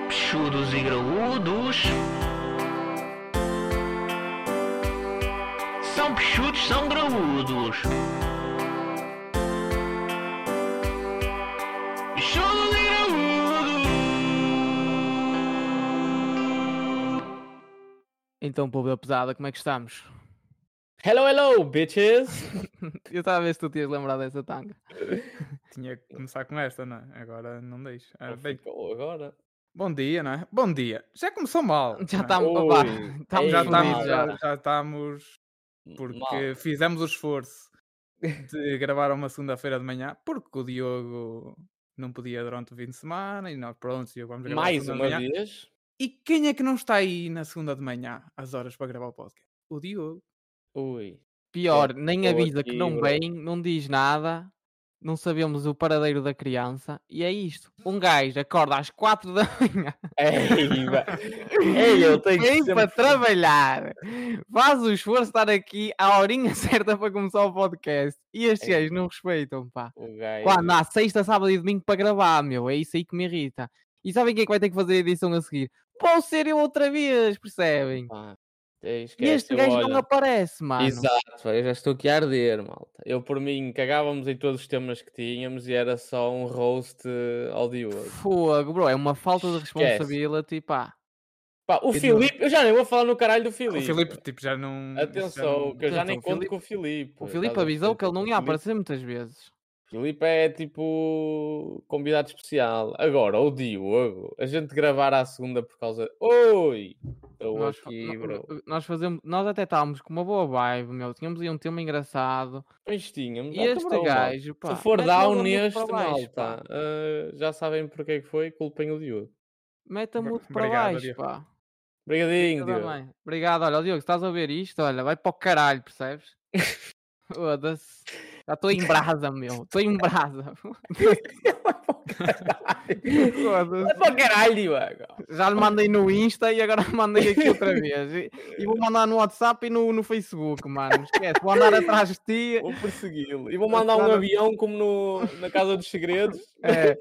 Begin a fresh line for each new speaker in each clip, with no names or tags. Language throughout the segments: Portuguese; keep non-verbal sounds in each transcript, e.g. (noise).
cabeçudos e graúdos. São peixudos, são graúdos. Peixudos e graúdos.
Então, povo da pesada, como é que estamos? (laughs)
Hello, hello, bitches!
Eu estava a ver se tu tinhas lembrado dessa
É,
tanga.
Tinha que começar com esta, não é? Agora não deixo. Ah,
Ou
bem,
ficou agora.
bom dia, não é? Bom dia. Já começou mal.
Já
tá
não é?
estamos,
Ui,
estamos
ei,
Já
fodido
estamos,
já.
já, já estamos, porque
Mal.
fizemos
(laughs)
o esforço de gravar uma segunda-feira de manhã, porque o Diogo não podia durante o fim de semana e nós, pronto, Diogo, vamos gravar a
Mais
segunda de
uma
manhã.
vez.
E quem é que não está aí na segunda de manhã, às horas para gravar o podcast? O Diogo.
(laughs)
Ui.
Pior, nem
estou
avisa que
aqui,
não
bro.
vem, não diz nada, não sabemos o paradeiro da criança, e é isto. Um gajo acorda às quatro (laughs) da manhã,
Ei, ba- Ei, eu tenho que
vem
ser
para trabalhar, faz o esforço de estar aqui à horinha (laughs) certa para começar o podcast, e estes
Ei.
gajos não respeitam, pá.
o gajo.
Quando há sexta, sábado e domingo para gravar, meu, é isso aí que me irrita. E sabem quem é que vai ter que fazer a edição a seguir? Vou ser eu outra vez, percebem?
Pá, ei,
E
Ah, esquece,
este
eu
gajo
olho.
Ah, não aparece, mano.
Exato, pá, eu já estou aqui a arder, malta. Eu por mim cagávamos em todos os temas que tínhamos e era só um roast eh, ao Diogo.
Fogo, bro, é uma falta de
Esquece.
responsabilidade, pá.
Pá, o
Eu não-
Filipe, eu já nem vou falar no caralho do
O
Filipe.
Filipe, tipo, já não. já
Atenção,
não-
que eu já
Portanto,
nem
o
conto
Filipe-
com o Filipe.
O Filipe
estás a
avisou que ele
perceber?
não
O
ia
Filipe-
aparecer muitas vezes.
Filipe é tipo convidado especial. Agora, o Diogo, a gente gravar à segunda por causa. Oi! Estou
Nós, fa-
aqui,
no-
bro.
nós fazemos, nós até estávamos com uma boa vibe, meu. Tínhamos aí um tema engraçado.
Mas tínhamos.
E
ah,
este
cabrão, malta.
gajo, pá.
Se for
mete logo a
down
mood para
neste,
baixo, pá.
malta, ah, já sabem porque é que foi, culpem o Diogo.
Mete a
Obri-
mood para
obrigado,
baixo,
Diogo.
pá.
Obrigadinho,
Tudo
Diogo.
bem. Obrigado, olha, ó, Diogo, se estás a ver isto, olha, vai para o caralho, percebes? (laughs) Foda-se. Já estou em brasa, meu. Estou em brasa. (laughs) Foda-se.
Vai para o caralho, Diogo.
Já lhe mandei no Insta e agora (laughs) mandei aqui outra vez. E, e vou mandar no WhatsApp e no, no Facebook, mano. Esquece. Vou andar atrás de ti
Vou persegui-lo. E vou mandar um
Claro.
avião como no, na Casa dos Segredos.
é,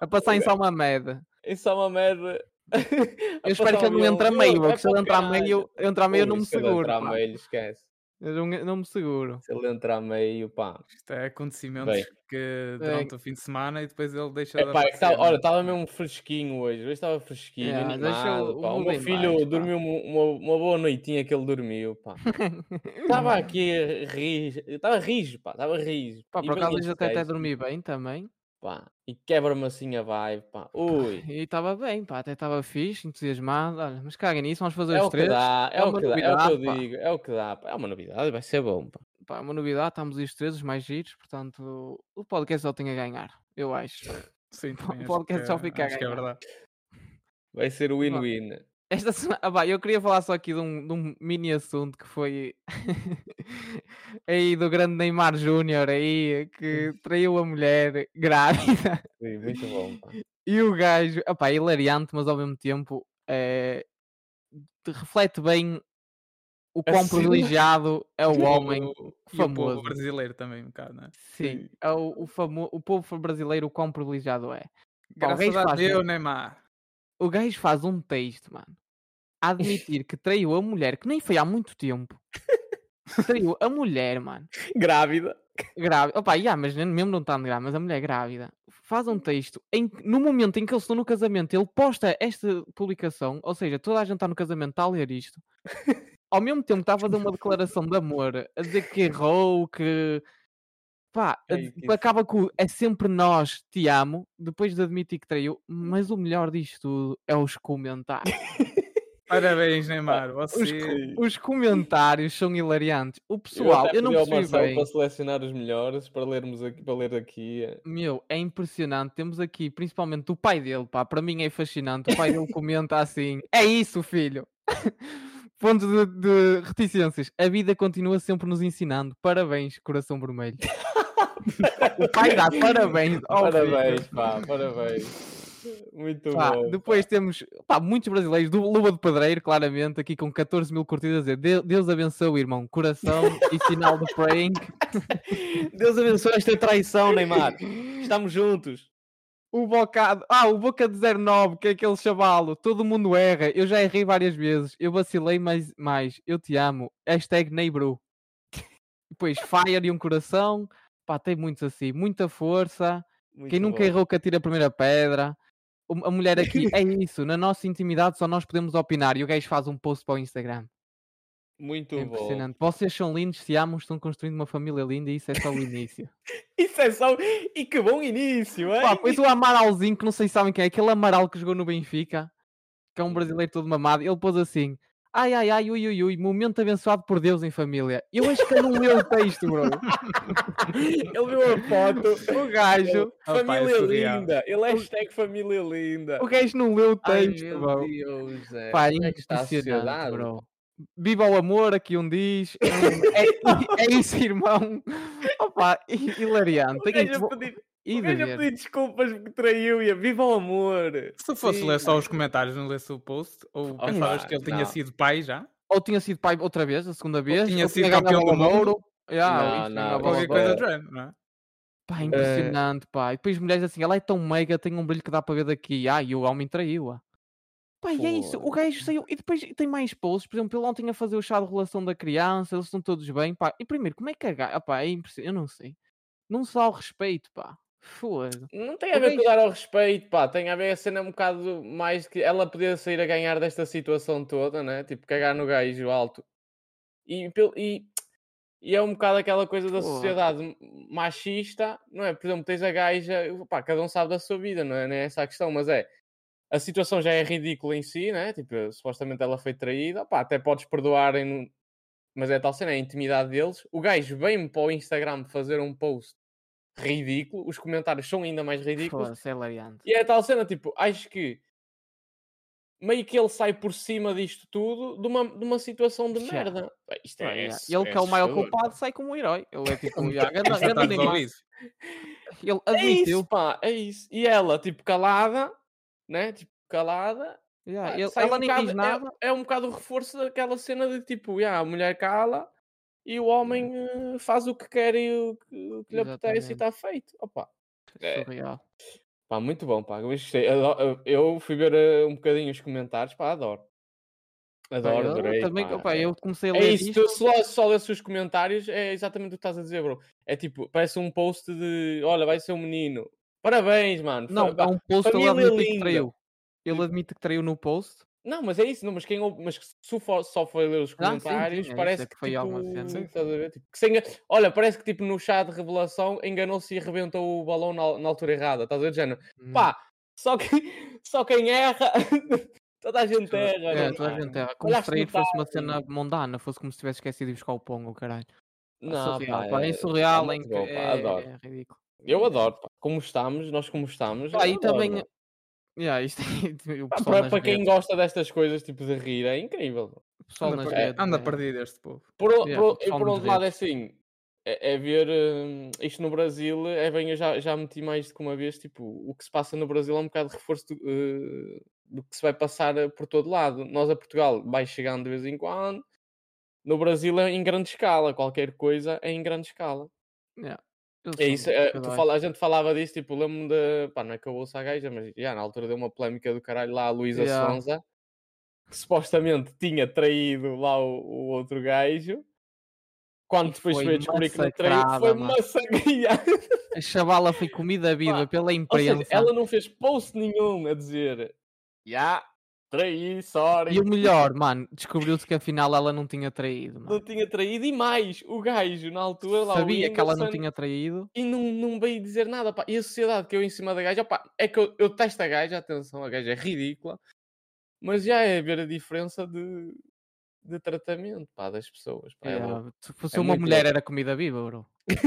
a passar em Salmamed.
Isso é uma merda. (laughs) um
Eu espero que ele não entre a meio, porque se ele entrar a meio, eu entrar a meio eu não me
Se ele
seguro.
entrar a
pá.
meio, esquece.
Eu não, não me seguro.
Se ele entrar a meio, pá.
Isto é acontecimentos
Bem.
que durante o fim de semana e depois ele deixa
É, pá, é que tá,
aparecer, não é?
olha, estava mesmo fresquinho hoje. Hoje estava fresquinho,
Yeah,
animado.
deixa o-
pá.
o
O
mundo
meu
em
filho
paz, pá.
dormiu uma, uma- uma boa noitinha que ele dormiu,
(laughs)
pá. Estava aqui a rir. Estava rijo, pá. Estava rijo.
Pá,
E assim, bem
por acaso hoje até, até
acesso,
dormi bem também.
Pá. E quebra-me assim a vibe, (laughs) pá. Ui.
E estava bem, pá, até estava fixe, entusiasmado. Olha, mas caga nisso, vamos fazer
É
os
o que
três.
dá, é,
é
o
uma
que dá, é o que eu
novidade, pá.
digo, é o que dá, pá. É uma novidade, vai ser bom, pá.
Pá, uma novidade, estamos aí os três, os mais giros, portanto, o podcast só tem a ganhar, eu acho. (laughs)
Sim,
po-
também acho
podcast
que
só
é-
fica a
acho que é
ganhar.
verdade.
Vai ser o win-win.
Esta semana, ah, pá, eu queria falar só aqui de um, de um mini assunto que foi (laughs) aí do grande Neymar Júnior aí, que traiu a mulher grávida.
(laughs)
(laughs)
Sim, Muito bom, (laughs) pá.
E o gajo, opá, é hilariante, mas ao mesmo tempo é, te- reflete bem o quão
cena-
privilegiado
(laughs)
é o homem.
E o povo
famoso.
brasileiro também, um bocado, não é?
Sim, é o, o, famo... o povo brasileiro, o quão privilegiado é. Pá, o
Graças
gajo
a
faz
Deus, Neymar.
O gajo faz um texto, mano, a admitir que traiu a mulher, que nem foi há muito tempo. Traiu a mulher, mano,
(laughs) Grávida.
grávida. Opa, yeah, mas nem- mesmo não estando grávida, mas a mulher grávida. Faz
Uhum.
um texto em que, no momento em que eles estão no casamento, ele posta esta publicação, ou seja, toda a gente está no casamento, está a ler isto. Ao mesmo tempo está a fazer uma declaração de amor, a dizer que errou, que.
(laughs)
Pá, a-
Ei, que
acaba com o é sempre nós, te amo, depois de admitir que traiu, mas o melhor disto tudo é os comentários.
Parabéns, Neymar.
os,
Você.
Sim. (laughs)
os comentários são hilariantes. O pessoal, eu,
até
não
pedi ao
percebi
Marcelo
bem.
Para selecionar os melhores, para lermos aqui, para ler aqui. eh.
Meu, é impressionante. Temos aqui principalmente o pai dele, pá. Para mim é fascinante. O pai dele comenta assim: É isso, filho. (laughs) Pontos de, de reticências. A vida continua sempre nos ensinando. Parabéns, coração vermelho. (laughs) o pai dá parabéns. Ao filho.
parabéns, pá, parabéns. Muito
Pá,
bom.
depois temos pá, muitos brasileiros, do Luba de Padreiro, claramente, aqui com 14 mil curtidas, a dizer "Deu- Deus abençoe, irmão, coração e sinal de praying.
Deus abençoe esta traição, Neymar. Estamos juntos.
O bocado. Ah, o Boca de 09, que é aquele chavalo. Todo mundo erra. Eu já errei várias vezes. Eu vacilei mais. mais. Eu te amo. Hashtag (laughs) Neibro. Depois Fire e um coração. Pá, tem muitos assim. Muita força.
Muito
Quem nunca
bom.
errou que atira a primeira pedra. O- A mulher aqui
(laughs)
é isso. Na nossa intimidade só nós podemos opinar. E o gajo faz um post para o Instagram.
Muito
é
bom.
impressionante. Vocês são lindos, se amam, estão construindo uma família linda e isso é só o início.
Isso é só. E que bom início, hein?
Pá, pois o Amaralzinho, que não sei se sabem quem é, aquele Amaral que jogou no Benfica, que
Hum.
é um brasileiro todo mamado, ele pôs assim: ai, ai, ai, ui, ui, ui, momento abençoado por Deus em família. Eu acho que ele não leu o texto, bro.
Ele viu a
(laughs)
foto.
O gajo,
Ah, pá, é
família
surreal.
linda. Ele é hashtag família linda.
o gajo não leu o
Ai,
texto,
meu
bro.
Deus, é.
Pá, é
Como é que está a
impressionante,
sociedade?
bro. Viva o amor, aqui um diz. É, é isso, irmão. Opa, hi- hilariante.
O
Tenho que
gajo
vo-
a pedir,
ir
o gajo é a
ver.
pedir desculpas porque traiu e a viva o amor.
Se fosse
Sim.
ler só os comentários, não lesse o post, ou
Opa,
pensavas que ele tinha
não.
sido pai já?
Ou tinha sido pai outra vez, a segunda vez.
tinha
ou
sido
ganhado a
campeão do
Bola de
mundo.
Ouro. Yeah, ou
Não,
isso,
não,
ganhou a Bola
Qualquer
de
boa.
coisa
Ouro.
do género, não é?
Pá,
Eh,
impressionante, pá. E depois mulheres assim, ela é tão meiga, tem um brilho que dá para ver daqui. Ah, e o homem traiu-a. Pá, e é isso. O
Fogo.
gajo saiu. E depois tem mais posts. Por exemplo, ele ontem a fazer o chá de relação da criança, eles estão todos bem, pá. E primeiro, como é que a gaja. Pá, é impressionante. Eu não sei. Não se dá o respeito, pá. Foda.
Não tem
O
a ver
gajo-
com dar ao respeito, pá. Tem a ver a cena um bocado mais de que ela podia sair a ganhar desta situação toda, né? Tipo, cagar no gajo alto. E, pel- e, e é um bocado aquela coisa da
Pô.
sociedade machista, não é? Por exemplo, tens a gaja, pá, cada um sabe da sua vida, não é? Não é essa a questão, mas é. A situação já é ridícula em si, né? Tipo, supostamente ela foi traída, pá, até podes perdoar, em- mas é tal cena, é a intimidade deles. O gajo vem para o Instagram fazer um post ridículo, os comentários são ainda mais ridículos.
Foda-se, é hilariante.
E é tal cena, tipo, acho que meio que ele sai por cima disto tudo de uma, de uma situação de
Já.
merda. Pá, Isto
Pá,
é,
yeah.
ass-
Ele que é o maior
assustador.
culpado sai como um herói. Ele é tipo,
(laughs)
Não
yeah,
tá-
ganda-
já está
ganda animal.
resolvido.
Ele
É isso,
admitiu.
pá, é isso. E ela, tipo, calada, né? Tipo, calada.
yeah,
pá,
ele-
sai
ela
um
nem
bocado-
diz
é-
nada.
É, um bocado o reforço daquela cena de tipo, yeah, a mulher cala e o homem eh, faz o que quer e o que, o que lhe apetece e
Exatamente.
está feito. Opa. É,
Surreal.
Pá, muito bom, pá. Eu, gostei. Ado- eu- eu fui ver eh, um bocadinho os comentários, pá, adoro.
Pá,
Adoro,
eu
adorei.
também,
pá.
opa,
é,
eu comecei a
é
ler
isso,
isto.
tu só, só lês os comentários, é exatamente o que estás a dizer, bro. É tipo, parece um post de olha, vai ser um menino. Parabéns, mano. fa-
Não,
pá.
há um post ele
família
admite que
linda.
traiu. Ele admite que traiu no post.
Não, mas é isso, não, mas quem ouve- mas se for- só foi ler os
Ah, sim, sim,
comentários,
é isso,
parece
é
que
que foi alguma
tipo,
cena.
estás a ver? Tipo, que se engan- Olha, parece que tipo no chá de revelação enganou-se e arrebentou o balão na, na altura errada, estás a ver, Jana?
Hum,
Pá, só, que, (laughs) só quem erra, (laughs) toda a gente
toda-
erra. né?
É,
não
toda
pá.
a gente erra. Como se
Olhaste no
trair fosse uma
tarde.
cena mundana, fosse como se tivesse esquecido de buscar o pão, o caralho. É
Não,
surreal,
pá,
pá, é
é-
surreal, é,
muito
inc-
bom, pá, adoro.
é- é ridículo.
Eu adoro, pá. como estamos, nós como estamos.
Pá,
eu
e
adoro,
também.
mano.
Yeah, isto é- (laughs) o
Pá,
pessoal
para,
nas
para quem
redes-
gosta destas coisas, tipo de rir, é incrível. mano.
o pessoal
Anda,
nas
per-
redes,
anda
é-
perdido este povo.
Por, o-
Yeah,
por o-
o pessoal
e por
nas
outro lado, é assim, é, é ver hum, isto no Brasil. É bem, eu já, já meti mais do que uma vez. Tipo, o que se passa no Brasil é um bocado de reforço do, eh, do que se vai passar eh, por todo lado. Nós a Portugal vai chegando de vez em quando. No Brasil é em grande escala, qualquer coisa é em grande escala.
eles
É
são
isso, é, tu
cada-
fala, a gente falava disso, tipo, lembro-me de. Pá, não é que eu ouço a gaja, mas já, na altura deu uma polémica do caralho lá a Luísa
Yeah.
Sonza, que supostamente tinha traído lá o, o outro gajo, quando
E
depois
foi
foi descobrir que não traiu,
massacrada,
foi
mano.
massacrada. (laughs)
A chavala foi comida viva
Pá,
pela
Ou seja,
imprensa.
ela não fez post nenhum a dizer, já, traí, sorry, (laughs)
E o melhor, mano, descobriu-se que afinal ela não tinha traído. mano.
não tinha traído, e mais, o gajo na altura lá, o
Sabia que ela não
Whindersson,
tinha traído.
e não, não veio dizer nada, pá. E a sociedade que eu em cima da gaja, pá, é que eu, eu testo a gaja, atenção, a gaja é ridícula, mas já é ver a diferença de, de tratamento, pá, das pessoas, pá. é
Yeah,
louco.
Se fosse
É
uma
muito
mulher,
louco.
era comida viva,
(laughs)
bro.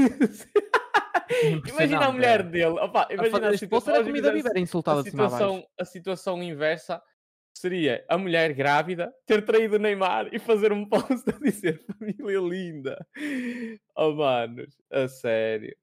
imagina a
Impressionante,
mulher
bro.
dele, opá,
é. A
imagina
fazer
a,
este posto
situação,
era
imagina
comida
a
viva, era
a
insultada de cima a baixo.
situação, a situação inversa seria a mulher grávida ter traído o Neymar e fazer um (laughs) post a dizer família linda. Oh, manos, a sério.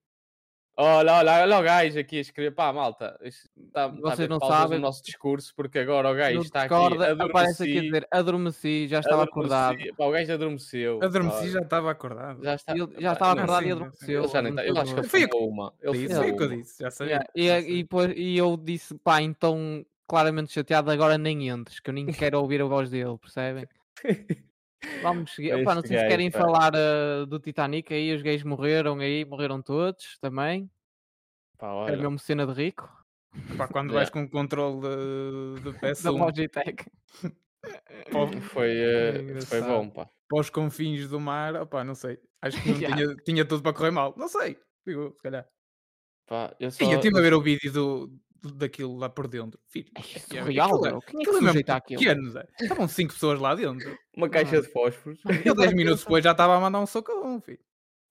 Olha, olha, olha o gajo aqui a escrever. Pá, malta, isto está,
Vocês
está
não
o
sabem.
nosso discurso, porque agora o gajo
no
está
Discord
aqui.
aparece aqui a
adormeci,
dizer adormeci, já estava acordado.
adormeci. Pá, o gajo adormeceu.
Adormeci,
olha.
já estava acordado.
Já está,
Ele já estava
não,
acordado e
sim, sim.
adormeceu.
Ele já nem está. tá, Eu acho que
adormeceu.
ele
Foi o que-
fumou uma. Ele
Isso foi o que eu
fumou.
disse, já sabia.
um." Yeah, E, é,
já
a- e,
sabia.
depois- e eu disse, pá, então claramente chateado, agora nem entres, que eu nem quero ouvir a voz dele,
(laughs)
percebem? Vamos seguir. Opa, não
É Este
sei se
gajo,
querem
pá.
falar ah, do Titanic, aí os gays morreram, aí morreram todos também.
Pá,
Era
olha.
mesmo cena de rico.
Pá, quando
Yeah.
vais com o controle de, um, de
Da
PS1
Logitech.
para, o-
Foi, eh, foi
engraçado.
bom, pá.
para os confins do mar, opá, não sei. Acho
(laughs)
que não
Yeah.
tinha, tinha tudo para correr mal. Não sei. Digo, se calhar.
Pá, eu só.
Sim, eu
um
estive a ver o vídeo do, do- daquilo lá por dentro. Filho,
É
aquilo é-
surreal,
aquilo é-
bro. Quem é que
aquilo é mesmo
sujeita aquilo?
pequeno, Zé. Estavam 5 pessoas lá
(laughs)
dentro.
Uma
é?
caixa de fósforos.
E 10 minutos depois já estava a mandar um soco a um, filho.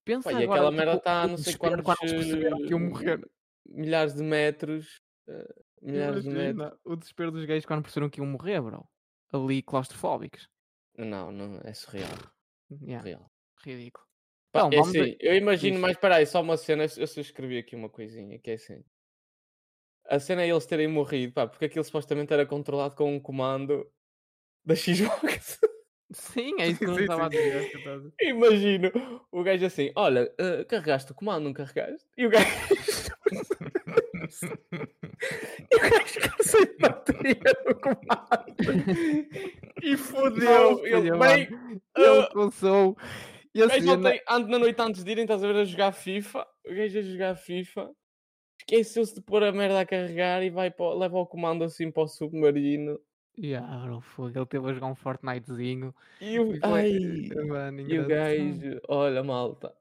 Pensa
Pá, e
agora,
aquela merda
tipo,
está a
o
não sei
desespero
quantos,
quando eles perceberam que iam
eh,
(laughs) morrer.
Milhares de metros. eh, milhares de metros.
Imagina O desespero dos gays quando perceberam que iam morrer, bro. Ali claustrofóbicos.
Não, não, é surreal.
(laughs) Yeah,
surreal.
ridículo. (laughs)
Pá,
Então,
é
vamos a-
assim, eu imagino,
Diz.
mas peraí, só uma cena, eu eu só escrevi aqui uma coisinha, que é assim. A cena é eles terem morrido, pá, porque aquilo supostamente era controlado com um comando da Xbox.
Sim, é isso
(laughs)
que eu não
Sim,
estava a
sim, sim,
dizer.
é isso que eu estava a dizer.
Imagino o gajo assim, olha, eh, carregaste o comando, não carregaste? E o gajo... (laughs) e o gajo ficou sem bateria no comando. E fodeu.
Não,
Ele,
fodeu,
bem,
Ele começou. E a
gajo
cena.
ontem, ando na noite antes de irem, estás a ver a jogar FIFA. O gajo a jogar FIFA. Esqueceu-se de pôr a merda a carregar e vai para, o- leva o comando assim para o submarino.
Yeah, bro, fogo. Ele teve a jogar um Fortnitezinho.
E o,
Foi bué-
ai,
Mano,
e o
engraçado. (laughs)
gajo, olha malta,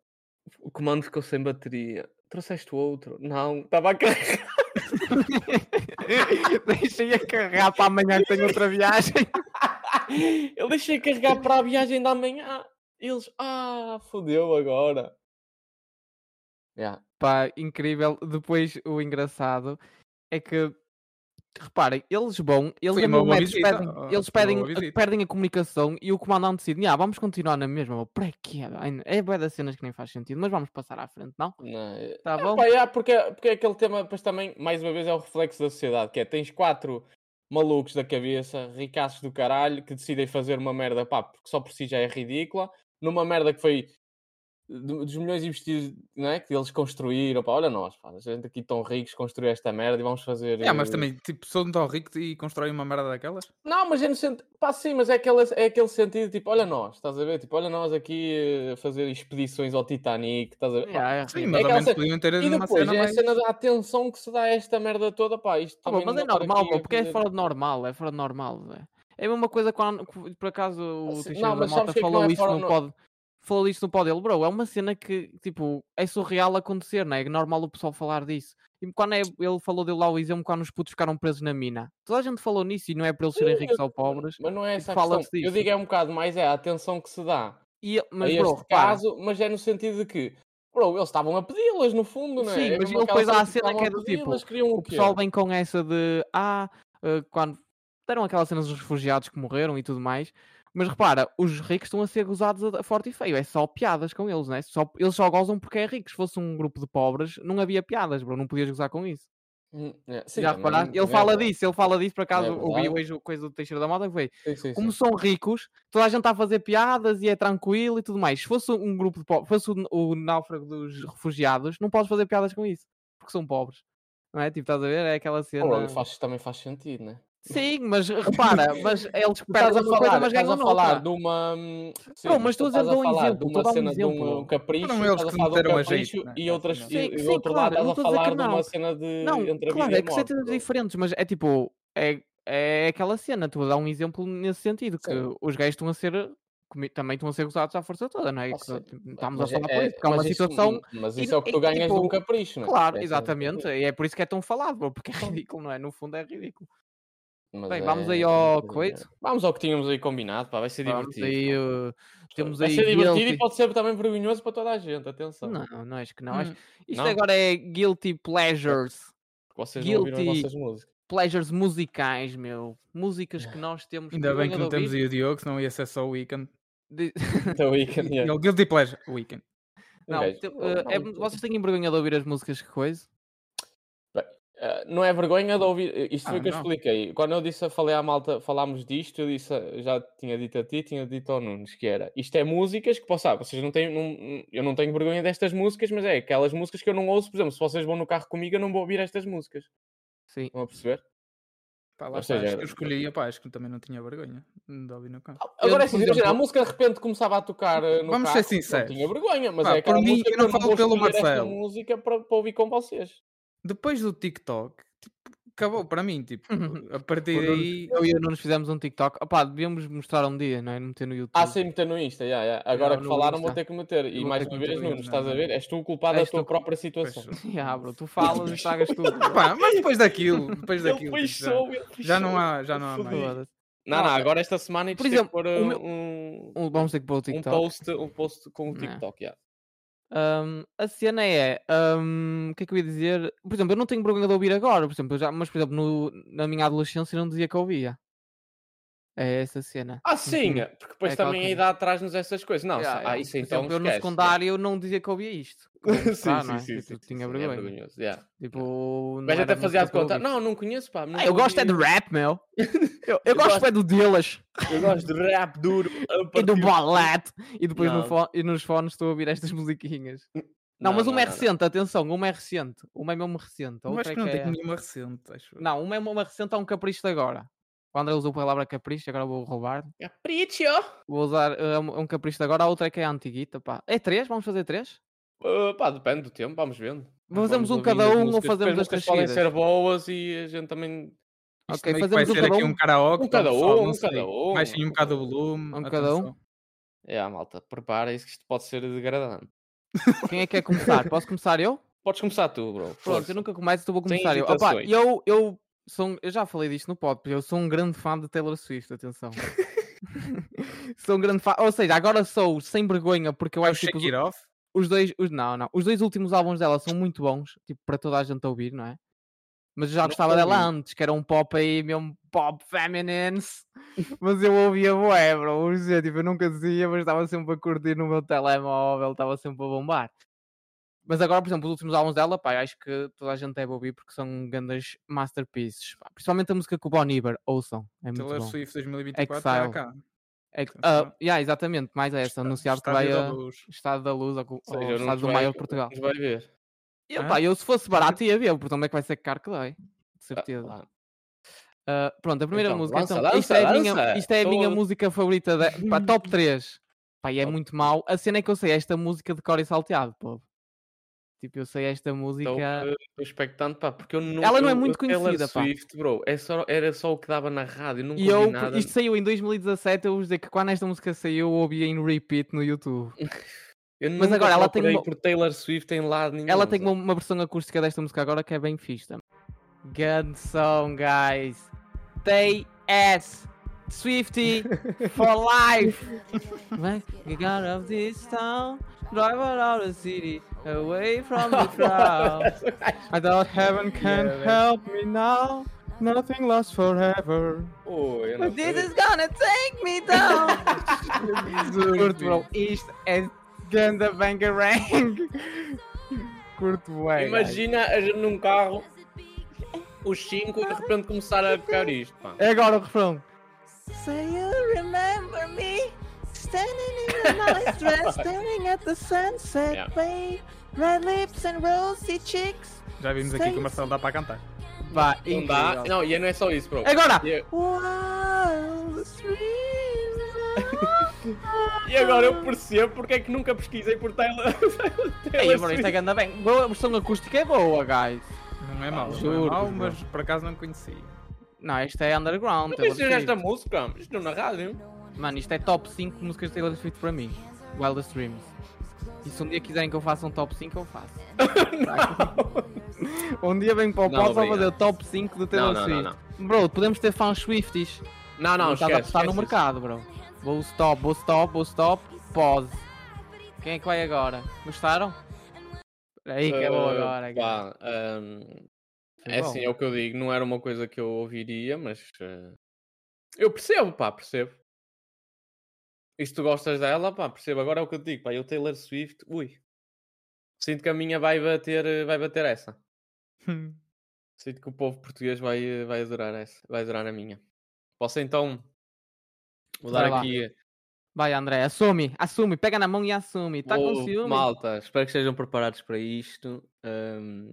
o comando ficou sem bateria. Trouxeste outro? Não, estava a carregar.
Deixei a carregar para amanhã que tenho outra viagem.
(laughs) Eu deixei carregar para a viagem da manhã. Eles, ah, fodeu agora. Yeah.
Pá, incrível. Depois o engraçado é que reparem, eles vão, eles
Foi
a
uma
mil
boa
metros
visita,
pedem, eles
ó, foi uma
pedem,
boa visita.
perdem a comunicação e o comandante decide, "Nhá, vamos continuar na mesma, meu." para quê? mano? É bué das cenas que nem faz sentido, mas vamos passar à frente, não?
Não, é-
Tá
É,
bom?
pá, yeah, porque, porque é aquele tema, depois também, mais uma vez, é o reflexo da sociedade, que é, tens quatro malucos da cabeça, ricaços do caralho, que decidem fazer uma merda, pá, porque só por si já é ridícula, numa merda que foi do- dos milhões investidos, não é? Que eles construíram, pá, olha nós, pá, a gente aqui tão ricos, construiu esta merda e vamos fazer...
É, mas
eh,
também, tipo, são tão ricos e constroem uma merda daquelas.
Não, mas é no sentido... Pá, sim, mas é aquele, é aquele sentido, tipo, olha nós, estás a ver? Tipo, olha nós aqui eh, a fazer expedições ao Titanic, estás a ver? Pá,
Yeah, é
Sim,
ridículo.
mas
que
ao
ela
menos
se-
podiam ter
E
uma
depois
cena
é a
mais.
cena da atenção que se dá a esta merda toda, pá. Isto
Ah, bom,
também
mas
não
é
dá para
normal,
aqui
bro,
a
porque é
fazer-
fora de normal, é fora de normal, velho. É a mesma coisa quando, cu- por acaso, o
se-
Teixeira
não,
da
mas sabes
Mota
que é que não
falou
é
isto
fora
no
no-
pod, falou isto no pod dele, bro, é uma cena que, tipo, é surreal acontecer, não é? É normal o pessoal falar disso. E quando é, ele falou dele lá o exemplo, quando os putos ficaram presos na mina. Toda a gente falou nisso e não é para eles serem
Sim,
ricos ou pobres.
Mas não é essa a questão.
fala-se
Eu
disso.
digo é um bocado mais é a atenção que se dá
E, eu-
a
mas,
este
bro, repara,
caso, mas é no sentido de que, bro, eles estavam a pedi-las no fundo, não é?
Sim,
É
mas
mesmo
e depois
aquela
há a cena
estavam
que é do
pedi-las,
tipo,
queriam
o
quê?
pessoal vem com essa de ah, eh, quando deram aquelas cenas dos refugiados que morreram e tudo mais. Mas repara, os ricos estão a ser gozados a a forte e feio. É só piadas com eles, né? Só, eles só gozam porque é rico. Se fosse um grupo de pobres, não havia piadas, bro. Não podias gozar com isso.
Hum, é, sim,
Já
também
reparaste?
não
Ele
é
fala
verdade. é
disso, ele fala disso. Por acaso, ouvi
verdade.
hoje o coisa do Teixeira da Moda que foi
Sim, sim, sim.
como são ricos, toda a gente está a fazer piadas e é tranquilo e tudo mais. Se fosse um grupo de pobres, fosse o, n- o náufrago dos refugiados, não podes fazer piadas com isso, porque são pobres. Não é? Tipo, estás a ver? É aquela cena.
Bro, faz- também faz sentido, né?
Sim,
(laughs)
mas repara, mas eles
Tu Estás
perdem
a
uma coisa,
falar,
mas
estás
ganham
a falar
outra.
de uma. hum, sim,
mas
tu
estou a
estás
dizer de um
falar
exemplo,
de
estou
uma
a dar um
cena de um
exemplo.
capricho,
Foram eles
estás a
que
falar de um
meteram a jeito,
capricho
né?
e outras
Sim,
e, e
sim,
do outro lado
claro, eu não
estás a
estou a dizer
falar
que
de uma
não.
cena de
Não,
entre a
claro,
vida e
é
a
que são
morte.
cenas
bro.
diferentes, mas é tipo, é, é aquela cena, estou a dar um exemplo nesse sentido, que
Sim.
os gays estão a ser. comi- Também estão a ser gozados à força toda, não é?
Ah,
Que
sim.
Estamos
Mas
a falar por isso, porque é
mas
uma
isso-
situação
mas
e
isso
não-
é o que
e
tu
que,
ganhas de um
tipo,
capricho, não é?
Claro,
É isso que tu ganhas
exatamente. E é por isso que é tão falado, (laughs) bro, porque é ridículo, não é? No fundo é ridículo.
Mas
Bem, vamos
é-
aí
é
ao
uma coisa
coito.
melhor. Vamos ao que tínhamos aí combinado, pá, vai ser
Vamos
divertido.
aí,
pá.
uh, temos
vai
aí
ser divertido
guilty-
e pode ser também vergonhoso para toda a gente, atenção.
Não, não acho que não. acho-
Hum.
Isto
Não?
agora é guilty pleasures.
porque Vocês não ouviram as
Guilty.
nossas músicas.
Pleasures musicais, meu. Músicas que nós temos.
Ainda bem que não temos
isso. (laughs)
aí o Diogo, senão ia ser só o Weekend.
Então, aí, que-
E- e o Guilty Pleasure, Weekend.
Não,
gajo-
te-
Ele
eh, é-
realmente-
vocês têm vergonha de ouvir as músicas que coisa?
Ah, não é vergonha de ouvir. Isto foi
Ah,
o que eu
não.
expliquei. Quando eu disse, falei à malta, falámos disto, eu disse, a- já tinha dito a ti, tinha dito ao Nunes, que era isto é músicas que posso, ah, vocês não têm, não- eu não tenho vergonha destas músicas, mas é aquelas músicas que eu não ouço, por exemplo, se vocês vão no carro comigo, eu não vou ouvir estas músicas.
Sim.
Estão a perceber?
Pá, lá
Ou
está,
seja,
eh,
acho que eu escolhi, opá, acho que também não tinha vergonha de ouvir no carro.
Eu,
Agora é
por
assim, imagina, a
exemplo-
música de repente começava a tocar eh, no
Vamos ser
carro,
sinceros.
Não tinha vergonha, mas
Pá,
é aquela
por mim,
música
eu não
que
falo
vou
pelo
escolher esta
Marcelo.
música para, para ouvir com vocês.
Depois do TikTok, tipo, acabou para mim, tipo, a partir
Por onde-
daí.
Eu e o Nunes fizemos um TikTok. Opá, devíamos mostrar um dia, não é? Meter no YouTube.
Ah, sem meter no Insta, já, já. agora
não
que
vou
falaram vou
mostrar.
ter que meter. E
vou
mais
ter
uma
que
vez,
meter, um
Nunes, estás a
não.
ver? És tu o culpado da
És
tua
tu-
própria
(laughs)
Pois,
situação.
(laughs) Ya, bro, tu falas e estragas tudo. bro.
Opá, Ah, mas depois daquilo, depois
(laughs)
Ele
daquilo. tipo, já,
fechou, ele fechou.
já não há, já não há mais.
Foda-se.
Não, não, agora esta semana
Por
por exemplo,
exemplo,
pôr
o
uh,
meu-
um,
Um- Vamos ter que pôr o
um,
TikTok.
post, um post com o
Não.
TikTok, já.
Ahm, a cena é, ahm, o que é que eu ia dizer? Por exemplo, eu não tenho vergonha de ouvir agora, por exemplo, eu já, mas por exemplo, no- na minha adolescência eu não dizia que ouvia. É essa cena.
Ah, sim,
tinha.
porque depois
É aquela
também a
coisa.
idade traz-nos essas coisas. Não,
Ya,
sa- ah,
eu,
isso
por
então
exemplo, eu no
esquece,
secundário eu não dizia que ouvia isto.
já.
Como
sim,
está,
sim,
não é?
sim, sim,
Tipo,
sim,
tinha
sim, É
vergonha.
vergonhoso, já.
Tipo,
O
não
gajo
era
até
a
fazia
música
a de
que eu
conta.
ouvia.
Não, não conheço, pá. nunca
Ah, eu gosto é
ouvi.
de rap, meu. Eu, eu gosto é do Dillas
Eu gosto de rap duro. a
e do
partir-
Ballet. E depois no
Não.
fo- e nos fones estou a ouvir estas (laughs) musiquinhas. Não, mas uma é recente, atenção, uma é recente. Uma é mesmo recente. a
Eu
outra
acho
é
que não
que
tem
é-
nenhuma recente, acho eu.
Não, uma é uma recente, há um capricho de agora. O André usou a palavra capricho, agora vou roubar.
Capriccio.
Vou usar é um, é um capricho de agora, a outra é que é a antiguita, pá. É três? Vamos fazer três?
Uh, pá, depende do tempo, vamos vendo. Vamos
Fazemos um
ouvindo
cada
as
um ou
músicas,
fazemos
depois
as
músicas
três
podem ser
seguidas?
boas e a gente também.
Isto
Ok,
meio que
fazemos um
vai ser
cada
aqui
um.
um karaoke.
Um
então,
cada
pessoal,
um,
não
um cada
sei.
um,
Baixem um
um
bocado o
cada um.
volume.
Um cada um.
atenção.
É, malta, preparem-se que isto pode ser degradante. um (laughs)
Quem é que quer começar? Posso começar eu?
Podes começar tu, bro.
Pronto,
força.
eu nunca começo, então vou
Sem
começar eu. Opa,
hesitações.
eu, eu, sou, um- eu já falei disto no pod, eu sou um grande fã de Taylor Swift,
(laughs)
atenção. (laughs) sou um grande fã, ou seja, agora sou sem vergonha porque eu
É o
acho que tipo,
Shake
os,
It Off.
os dois, os, não, não, os dois últimos álbuns dela são muito bons, tipo, para toda a gente ouvir, não é? Mas eu já
Não
gostava dela
ouvi.
antes, que era um pop aí, mesmo pop feminines. mas eu ouvia bué, bro, vou dizer, tipo, eu nunca dizia, mas estava sempre a curtir no meu telemóvel, estava sempre a bombar. Mas agora, por exemplo, os últimos álbuns dela, pá, eu acho que toda a gente deve ouvir porque são grandes masterpieces. pá. Principalmente a música com o Bon Iver, ouçam, é muito
Taylor
bom.
Swift 2024 está
Exile.
cá.
É, que-
atenção.
ah, yeah, exatamente, mais essa, anunciado que
Está
Então vai
vindo à
a (laughs)
luz.
Estado da Luz ou, co-
Ou seja,
ao
não
Estado
nos
do
vai-
Maior de Portugal.
nos vai ver.
Eu,
Hã?
pá, eu se fosse barato ia ver, porque também é que vai ser caro que dói. De
Ah,
certeza.
ah,
Ah, pronto, a primeira
Então,
música.
lança,
então, isto,
lança,
é a minha,
lança.
isto é a minha
Tô-
música favorita
(laughs)
da pá, top 3. Pá, e é
Top.
muito mau. A cena é que eu sei esta música de cor e salteado, pô. Tipo, eu sei esta música.
Então, eh, estou expectante, pá, porque eu nunca.
Ela não é
eu-
muito
eu Taylor
conhecida, pá.
Swift, bro, é só, era só o que dava na rádio, nunca
e eu,
ouvi
por-
nada.
isto saiu em 2017, eu vou dizer que quando esta música saiu, eu ouvia em repeat no YouTube.
Eu
mas
nunca
agora ela tem
procurei
uma-
por Taylor Swift em lado nenhum.
Ela tem uma,
bro.
uma versão acústica desta música agora que é bem fixe também. Good song, guys. Tay S. Swifty for life. Make me out of this town. Drive out of the city. Away from the crowd. I thought heaven can
Yeah, man.
help me now. Nothing lasts forever.
Oh, eu não
But this
sei.
is gonna take me down. Curto, bro. Isto é ganda bangarang. (laughs) Curto bem. guys.
Imagina a gente num carro, os cinco, e de repente começar a tocar isto, pá.
É agora o refrão. So you remember me standing in a nice
(laughs)
dress, staring at the sunset,
Yeah.
babe. Red lips and rosy cheeks.
Já vimos aqui que o Marcelo dá para cantar.
Vá,
Não dá.
incrível.
Não, e não é só isso, bro.
Agora!
E,
Wild streams of-
e agora eu percebo porque é que nunca pesquisei por Taylor. (laughs)
Ei,
Taylor
bro, isto é
Swift.
que anda bem. Boa, a versão acústica é boa, guys.
Não é mau, não é
juro-vos,
mau,
bro.
mas por acaso não conhecia.
Não, isto é underground.
Não
Taylor
conheces esta
Swift.
música? Isto não é na rádio.
Mano, isto é top 5 músicas de Taylor Swift para mim. Wildest Dreams. E se um dia quiserem que eu faça um top 5,
(laughs)
eu faço. Um dia vem para o
Não,
pod só
obrigado.
fazer o top 5 do Taylor
Não, não, não, Ah,
Swift. Bro, podemos ter fãs Swifties.
Não, não,
estás
esquece.
a apostar tá- no
esquece
mercado, bro. Vou stop, vou stop, vou stop, pause. Quem é que vai agora? Gostaram? Aí
isso.
que eu vou
Eh,
agora. cara.
pá, ehm,
Foi
é
bom.
assim, é o que eu digo. Não era uma coisa que eu ouviria, mas. eh, Eu percebo, pá, percebo. E se tu gostas dela, pá, percebo. Agora é o que eu te digo, pá. Eu Taylor Swift, ui. Sinto que a minha vai bater, eh, vai bater
(laughs)
essa. Sinto que o povo português vai, vai adorar essa, vai adorar a minha. Posso então
Vai
mudar
lá.
aqui
Vai, André, assume, assume, pega na mão e assume. Está com
Vou-
ciúme?
Malta, espero que estejam preparados para isto. Ahm,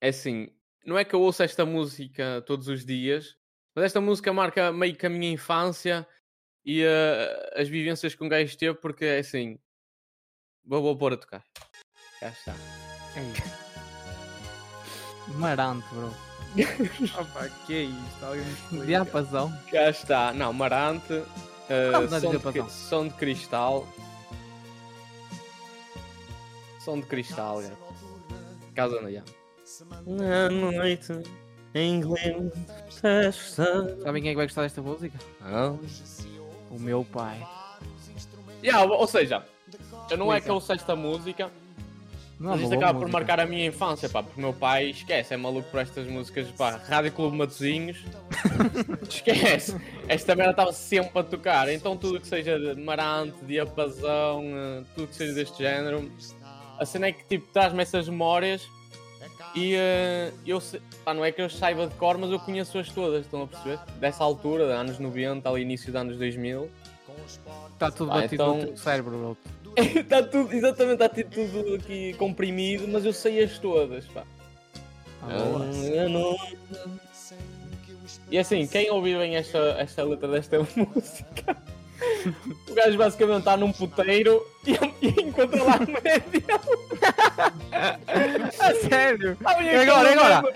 é assim, não é que eu ouço esta música todos os dias, mas esta música marca meio que a minha infância e ah, as vivências que um gajo teve, porque é assim. Vou, vou pôr a tocar. Cá está.
Maranto, bro.
Opa, que é isto? Alguém
(laughs)
me explica.
Diapasão.
Cá está. Não, Marante. ah,
Não, não
som,
dizer
de,
padrão.
cri- som de cristal. Som de cristal, gato. Casa Ana, já. Na noite em Glen festa.
Sabem quem é que vai gostar desta música? O meu pai.
ou seja, eu não é que eu ouço esta música,
Não, é
mas isto
uma boa
acaba por
música.
marcar a minha infância, pá, porque meu pai esquece, é maluco por estas músicas, pá, Rádio Clube
(laughs)
Matozinhos. esquece! Esta merda estava sempre a tocar, então tudo que seja de marante, diapasão, eh, tudo que seja deste género, a cena é que tipo traz-me essas memórias e eh, eu se- pá, não é que eu saiba de cor, mas eu conheço-as todas, estão a perceber? Dessa altura, de anos 90, ali início dos anos 2000.
Está tudo
Ah,
batido no
então- (laughs)
teu cérebro, bro.
está Tá tudo, exatamente, está tudo aqui comprimido, mas eu sei as todas, pá. Hum,
Tá boa.
Eu não- E assim, quem ouviu bem esta, esta letra desta (laughs) música? O gajo basicamente está num puteiro e, e encontra lá a mulher
(laughs)
dele.
A sério?
Sabe,
É agora, é agora.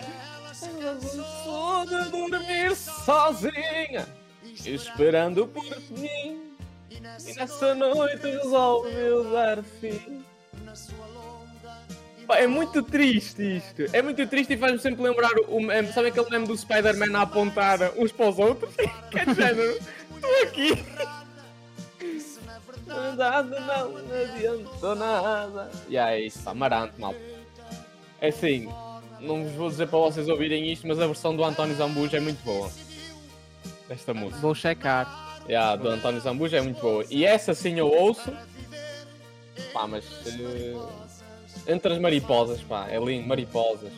Sou de dormir sozinha, esperando por mim. E nessa noite resolve dar fim. Pá, é muito triste isto. É muito triste e faz-me sempre lembrar o meme. Sabe aquele meme do Spider-Man a apontar uns para os outros? (laughs) Que é de género. Estou aqui. Verdade, não, não adiantou nada. E é isso, pá, marante, mal. É assim, não vos vou dizer para vocês ouvirem isto, mas a versão do António Zambuja é muito boa. Esta música.
Vou checar.
Yeah, do António Zambuja é muito boa. E essa sim eu ouço. Pá, mas. eh, entre as mariposas, pá, é lindo, mariposas.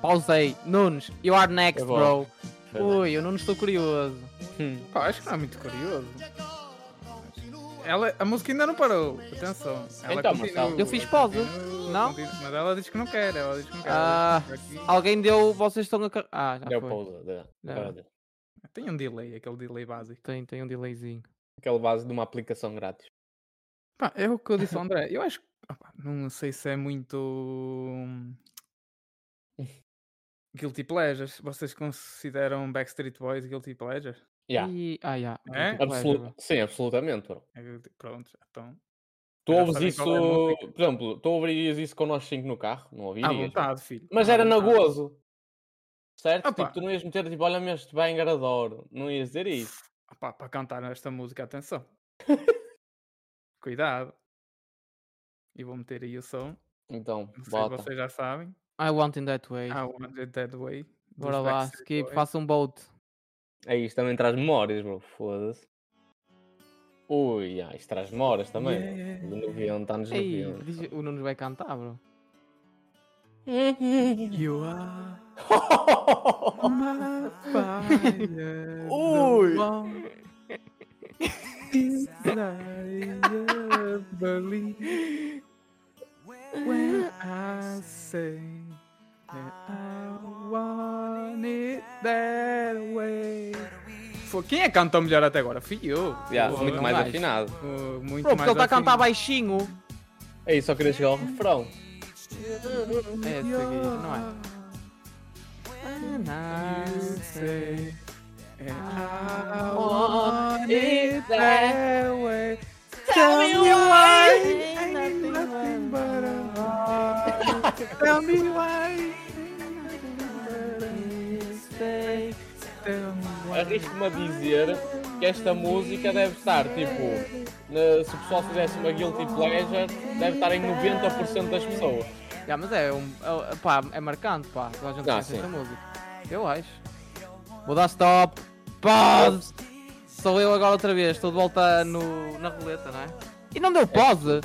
Pausei. Nunes, you are next,
Eu
bro.
vou. é.
Ui, eu não estou curioso.
Hum.
Pá, acho que não é muito curioso. Ela, a música ainda não parou, atenção. Ela
Então, Marcelo.
Eu fiz pausa.
continua,
Não?
continua, mas ela diz que não quer, ela diz que não quer.
Ah.
ela diz que está aqui.
Alguém deu. Vocês estão a. car- Ah, já
Deu
foi.
pausa. deu.
Não.
Agora deu.
Tem um delay, aquele delay básico.
Tem, tem um delayzinho.
Aquele base de uma aplicação grátis.
Pá, é o que eu disse ao André. Eu acho que. opá, não sei se é muito. Guilty Pleasures. Vocês consideram Backstreet Boys Guilty Pleasure?
Yeah.
E... Ah, yeah.
É?
Guilty pleasure,
Absolu-
bro.
Sim, absolutamente, bro.
É guilty- Pronto, então, já estão.
Tu
Já
ouves
sabem
isso,
qual é a música.
por exemplo, tu ouvirias isso com nós cinco no carro, não
À
ouvirias?
vontade, filho.
Mas
à
era na
vontade.
gozo. Certo?
Opa.
Tipo, tu não ias meter tipo, olha-me este bem adoro. Não ias dizer isso.
Opá, para cantar esta
(laughs)
música, atenção. Cuidado. E vou meter aí o som.
Então,
Não sei se
bota.
vocês já sabem. Ah,
I want in that way.
I want it that way. dos
Bora lá,
Backstreet
skip,
Boys.
faça um bolt.
É isto também traz memórias, bro. Foda-se. Ui, ah, isto traz memórias também.
Yeah,
bro. tá
yeah,
De 90, anos
Ei,
90.
diz- o Nunes vai cantar, bro.
You are my fire.
Ui.
Desire, believe when I say that I want it that way. Foi quem é que cantou melhor até agora? Fui eu.
(laughs) Yeah,
Foi
muito mais
mais.
afinado.
Foi Muito
Bro,
mais assim.
porque ele está a cantar
afinado.
baixinho.
Aí É só queria chegar ao refrão.
É, esse aqui, não é? Ah,
You say, and I
want
want
it
it that way. Tell me why ain't
nothing
nothing but a heart. Tell me why ain't nothing but a mistake. Tell me why.
Arrisco-me a dizer que esta música deve estar, tipo, na- se o pessoal fizesse uma guilty pleasure, deve estar em 90% das pessoas.
Já, mas é, um, é, pá, é marcante, pá. Toda a gente
Ah,
conhece
sim.
esta música. Eu acho. Vou dar stop. Pause. Sou eu agora outra vez. Estou de volta no, na roleta, não é? E não deu pause.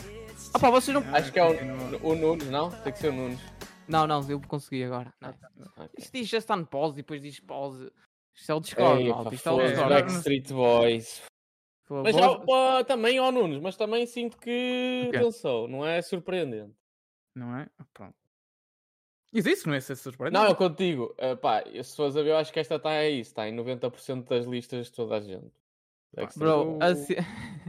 Ah pá, vocês não.
Acho que é o,
continua.
o Nunes, não? Tem que ser o Nunes.
Não, não, eu consegui agora. Não. é?
Ok.
Isto diz já está no pause, depois diz pause. Isto é o Discord,
Ei,
malta.
pá,
Isto é o
foda-se,
Discord.
Backstreet Boys.
Pô,
Mas
boa-
já, pá, também ao Nunes, mas também sinto que
O quê?
dançou, não é surpreendente.
Não é? Pronto. E disse, não é ser surpreendente.
Não, eu contigo, eh, pá, eu, se fores a ver, eu acho que esta tá, está aí, está em 90% das listas de toda a gente. É Backstreet
Bro,
Eu-
a, se- (laughs)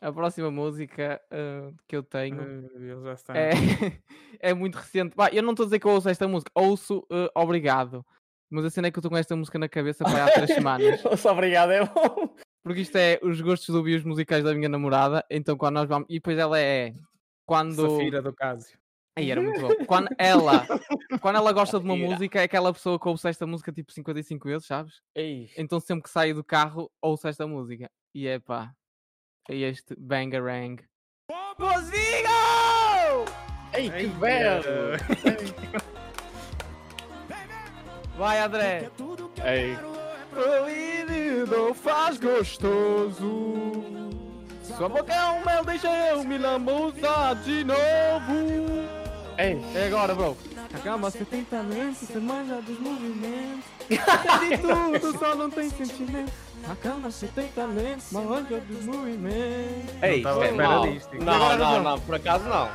a próxima música ah, que eu tenho
Eh, Ele já está.
é, (laughs) é muito recente. Pá, eu não estou a dizer que eu ouço esta música, ouço ah, obrigado. Mas a cena é que eu estou com esta música na cabeça para há três semanas.
Boys. (laughs) Só obrigado, é bom.
Porque isto é os gostos do bios musicais da minha namorada. Então quando nós vamos. E depois ela é. Quando.
Safira do Cásio.
Aí era muito bom. Quando ela, quando ela gosta de uma
Safira.
música, é aquela pessoa que ouve esta música tipo 55 vezes, sabes?
Ei,
Então sempre que saio do carro, ouço esta música. E é pá, é este Bangarang.
ei, eh, que
Ei,
belo!
Vai, André!
Ei,
Proibido faz gostoso. Sua boca é um mel, deixa eu me lambuzar de novo.
ei,
É agora, bro. Calma, você tem talento, você manja dos (laughs) movimentos. Tem de tudo, só não tem sentimento. Calma, você tem talento, manja dos movimentos.
ei, isto
tava
é
à espera
mau.
disto.
Não, não, não, por acaso não.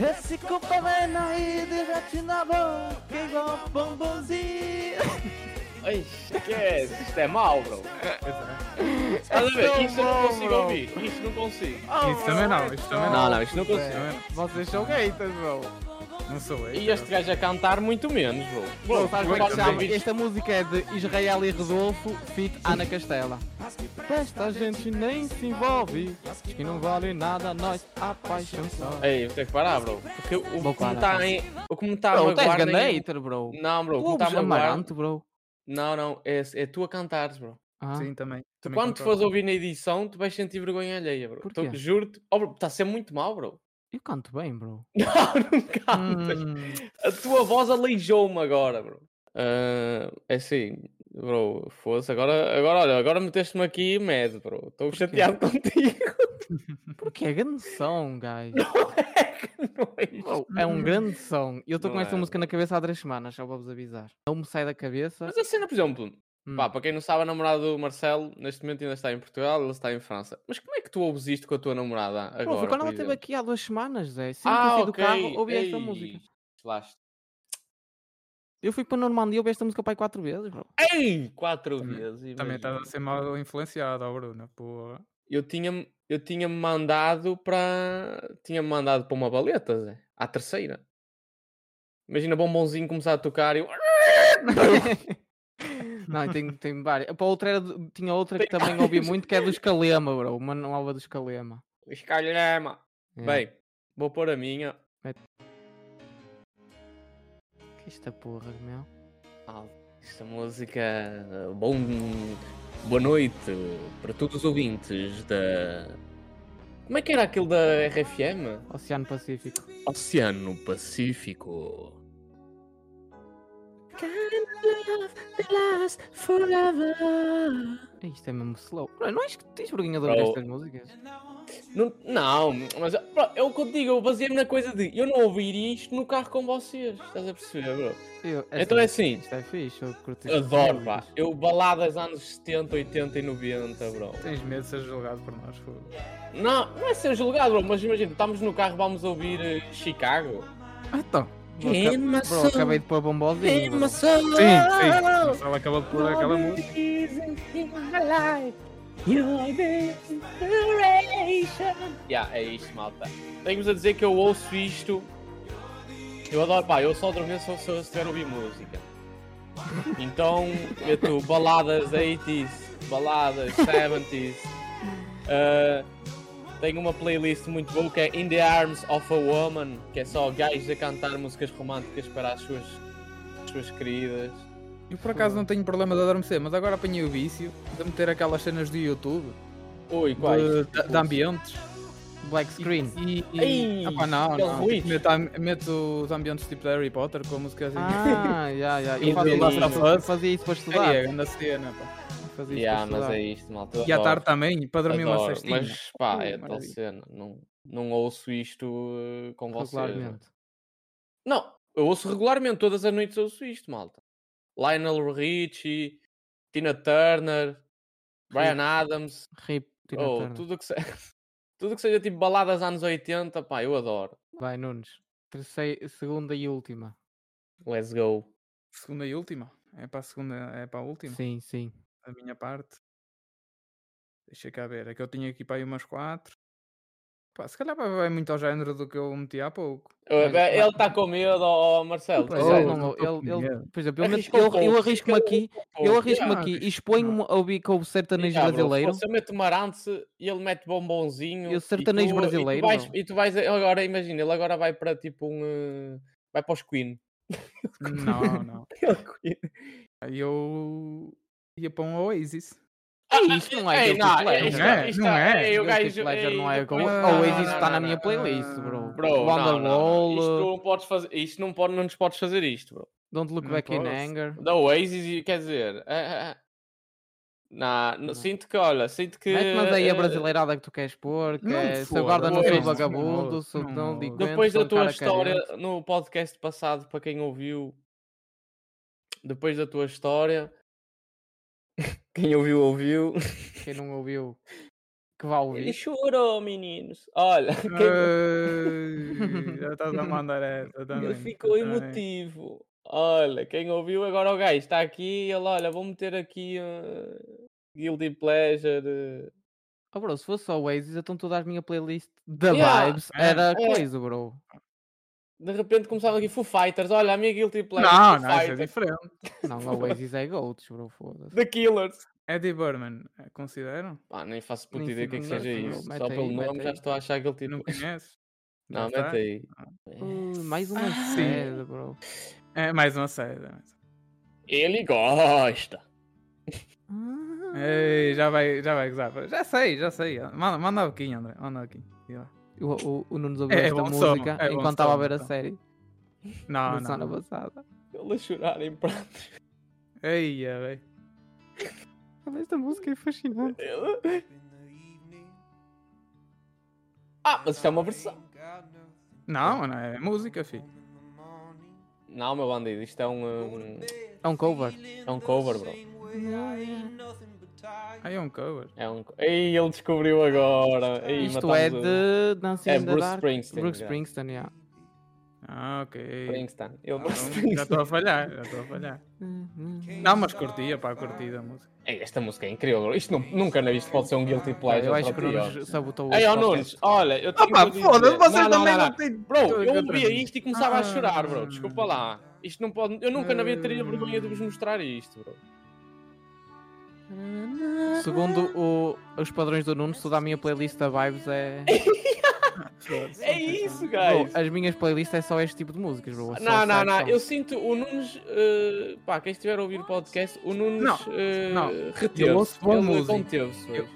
Esse culpa vem na derrete na boca igual bombonzinho.
Ei, esquece, isto é mau, bro. Estás a
tão
ver? Isto eu não
bom,
consigo
bro.
ouvir, isto não consigo.
Isso
é
também não, isso também
Não, não, é isto não consigo.
não.
Vocês são gaitas, bro.
Não sou eu.
E este gajo a cantar muito menos, bro.
Bro,
Bro,
sabes
eu
como é que
posso
se chama?
ouvir isto.
Esta música é de Israel e Rodolfo, feat Ana Castela. Esta gente nem se envolve, acho que não vale nada, nós a paixão só.
Ei, vou ter que parar, bro. Porque o
Vou
que me
parar,
está em. O que me está a
Bro, tens
magoar.
ganda
nem-
hater, bro.
Não, bro, o que
Tu
me está a
ouves
magoar.
Amaranto, bro.
Não, não, é, é tu a cantares, bro.
Ah,
Sim, também.
Tu,
também
quando tu fores
concordo.
ouvir na edição, tu vais sentir vergonha alheia, bro.
Porquê?
Tô- Juro-te. Oh, bro, está a ser muito mal, bro.
eu canto bem, bro.
(laughs) Não, não cantas.
Hum,
A tua voz aleijou-me agora, bro. Ah, é assim, bro, fosse agora, agora, olha, agora meteste-me aqui medo, bro. Estou chateado (laughs) contigo.
porque é grande som, gajo.
Não é isto.
Bro, é um grande som. E eu estou
Não
com esta
é,
música na cabeça há três semanas, só vou-vos avisar. Não me sai da cabeça.
Mas a cena, por exemplo,
Hum.
pá, para quem não sabe, a namorada do Marcelo neste momento ainda está em Portugal, ele está em França. Mas como é que tu ouves isto com a tua namorada agora?
Bro, foi quando
por
ela esteve
exemplo?
aqui há duas semanas, Zé. Sempre que eu
Ah,
saí do
ok.
carro, ouvi esta
Ei,
música.
lá está.
Eu fui para Normandia e ouvi esta música pai quatro vezes, bro.
Ei, quatro
Também-
vezes. imagina.
Também estás a ser mal influenciado, ó Bruno. Porra.
Eu tinha-me eu tinha mandado para. Tinha-me mandado para uma baleta, Zé. À terceira. Imagina bombonzinho começar a tocar e eu. É
(laughs) Não, tem, tem várias. Para outra era do- tinha outra que também ouvi muito, que é do Escalema, bro. Uma nova do Escalema.
Escalhama.
É.
Bem, vou pôr a minha.
Que esta porra, meu.
Ah, esta música. Bom. Boa noite para todos os ouvintes da. Como é que era aquilo da RFM?
Oceano Pacífico.
Oceano Pacífico.
Ei, Isto é mesmo slow. Bro, não és que tens vergonha de ouvir
Bro.
estas músicas?
Não, não, mas bro, é o que eu digo, eu baseei-me na coisa de eu não ouvir isto no carro com vocês, estás a perceber, bro?
Eu-
Então é assim,
Isto é fixe, eu curto este
adoro,
tipo de
pá.
músicas.
Eu baladas anos 70, 80 e 90, bro.
Tens medo de ser julgado por nós, fogo.
Não, não é ser julgado, bro, mas imagina, estamos no carro, vamos ouvir eh, Chicago.
Ah, então.
Bro, aca- bro, acabei de pôr bombozinho. bro.
Sim,
Ah,
sim. Mas ela acabou de pôr aquela música.
Yeah, é isto, malta. Tenho-vos a dizer que eu ouço isto. Eu adoro, pá, eu só dormi se eu se eu estiver a ouvir música. Então, meto baladas 80s, baladas 70s. Ah, tenho uma playlist muito boa que é In the Arms of a Woman, que é só gajos a cantar músicas românticas para as suas, as suas queridas.
Eu por acaso não tenho problema de adormecer, mas agora apanhei o vício de meter aquelas cenas do YouTube,
Ui, quais? Tipo
de, de- de ambientes.
Black Screen.
E.
Ei,
e... Ah, pá, não,
aquele
não.
ruído.
Meto, am- meto os ambientes tipo da Harry Potter com a música assim.
Ah, (laughs) já, já.
E
Eu fazia
do
isso-
Last of
eu
Us.
fazia isso para
(laughs) Aí é
estudar.
grande cena, pá.
Fazia isso
Yeah,
para
mas
estudar.
é isto, malta.
E à
adoro,
tarde também, para dormir uma
adoro.
cestinha.
Mas pá,
Uh,
é tal
maravilha.
cena. Não... não ouço isto eh, com vocês. não é?
regularmente.
Não, eu ouço regularmente, todas as noites ouço isto, malta. Lionel Richie, Tina Turner, Brian Adams,
Rip, Tina
oh,
Turner.
tudo que se... (laughs) tudo que seja tipo baladas anos 80, pá, eu adoro.
Vai, Nunes. Terceira, segunda e última.
Let's go.
Segunda e última. É para a segunda, é para a última.
Sim, sim.
A minha parte. Deixa cá ver. É que eu tinha aqui para aí umas quatro. Pá, se calhar vai vai muito ao género do que eu meti
(laughs)
há pouco.
Eh,
Mas-
bem, Ele está com medo, ó, ó, Marcelo.
Pois
tá
Ele
é,
certo.
não
não-
tô com
ele- ele-
medo.
por exemplo, eu, meto-
Arriscou
eu- eu
pouco,
arrisco-me aqui, eu
Pô,
arrisco-me
ah,
aqui e
arrisco-me,
exponho-me ao bico ao sertanejo
Já, bro,
brasileiro.
Se eu meto Marantse e ele mete bombonzinho.
E o sertanejo
tu-
brasileiro,
E tu, vais,
meu.
e tu vais. Agora, imagina, ele agora vai para tipo um. eh, Vai para os Queen.
Não, não.
(laughs) Ele Queen.
Aí eu ia para
(laughs)
um Oasis.
É isto, não é
Ei,
Guilty
não,
Pleasure.
isto-
Não é,
isto-
não é.
ei, o
Guilty
gajo-
Pleasure
ei,
não é
não,
com
não,
o
não,
Oasis está na
não, não,
minha
não.
playlist, bro.
Bro, não, não, não. Isto
Wonderwall, uh,
não podes fazer. Isto não, pode, não nos podes fazer isto, bro.
Don't Look
Não
Back in
posso.
Anger.
Da Oasis, e- quer dizer. ah, ah, ah. Não, não-
Não.
sinto que, olha, sinto que.
Mete-me aí a
eh,
brasileirada que tu queres pôr, que
não
é se
foda,
guarda no
pois,
seu
não,
vagabundo,
não,
se não
não.
digo
Depois da tua história no podcast passado, para quem ouviu, depois da tua história, (laughs) quem ouviu, ouviu.
Quem não ouviu, que vá
Ele
ouvir.
chorou, meninos. Olha, (laughs) quem-
Ai, Eh, Já estás a mandar essa
Ah,
também.
(laughs)
é.
ele ficou
também.
emotivo. Olha, quem ouviu, agora o gajo está aqui. Ele, olha, vou meter aqui eh, Guilty Pleasure. eh.
Oh, bro, se fosse só Oasis, então toda a minha playlist da
Yeah,
Vibes
é,
era
é.
coisa, bro.
De repente começaram aqui Foo Fighters. Olha, a minha Guilty Pleasure.
Não,
Foo
não, isso é
Fighters,
diferente.
Não, a Oasis é Goats,
(laughs)
bro, foda-se.
The Killers.
É Eddie Burman, eh, consideram?
Ah, nem faço
Nem
puta ideia
sei
o que é que
como é
seja
que-
isso.
mete
Só
aí,
pelo
mete
nome já
aí.
estou a achar Guilty
Não
Pleasure. (laughs)
conheces? Já
Tipo Não,
está.
mete aí.
Ui, Hum, mais uma
Ah,
sede, bro.
É mais uma série.
Ele gosta. É.
Ei, já vai, já vai gozar. Já sei, já sei. Manda, manda um pouquinho, André. Manda um pouquinho. Diz lá.
O, o, o Nunes ouviu
É
esta
bom som,
música
é bom
enquanto estava a
som,
ver a
então.
série
Não,
Ah,
na
não.
semana passada.
Ele a chorar em prantos.
Ei, é, véi.
Esta música é fascinante.
Ele- Ah, mas isto é uma versão.
Não, não é música, filho.
Não, meu bandido, isto é um. um-
É um cover.
É um cover, bro.
Aí é um cover.
É um. Ei, ele descobriu agora. Ei,
Isto é
matámos o-
de Dancing
É
in the
Bruce
Dark.
Springsteen,
Bruce
já.
Springsteen, Ah, yeah.
Ah, ok.
Springsteen. Ele
Então, Já estou a falhar, já estou a falhar. Não, mas curtia, pá, curtia a música.
Ei, esta música é incrível, bro. Isto não, nunca na isto pode ser um guilty pleasure.
Eu acho que
para
o
ti, ó.
Nunes sabotou
Ei, ó
podcast.
Nunes, olha, eu tenho.
Opa,
que
foda-se,
dizer-
vocês
Não, não,
também
não,
não
não.
têm.
Bro, eu
outra
ouvia
vez.
isto e começava a chorar, bro.
Ah.
Desculpa lá. Isto não pode. Eu nunca na vida teria vergonha de vos mostrar isto, bro.
Segundo o- os padrões do Nunes, toda a minha playlist da Vibes é.
Foda-se.
(laughs) É isso,
Bro,
guys.
as minhas playlists é só este tipo de músicas, bro. é só
Não, não,
sad
não.
songs.
Eu sinto o Nunes. eh, pá, quem estiver a ouvir o podcast, o Nunes.
Não,
eh,
não.
Reteve-se.
Eu ouço boa
Ele é
música.
conteve-se hoje.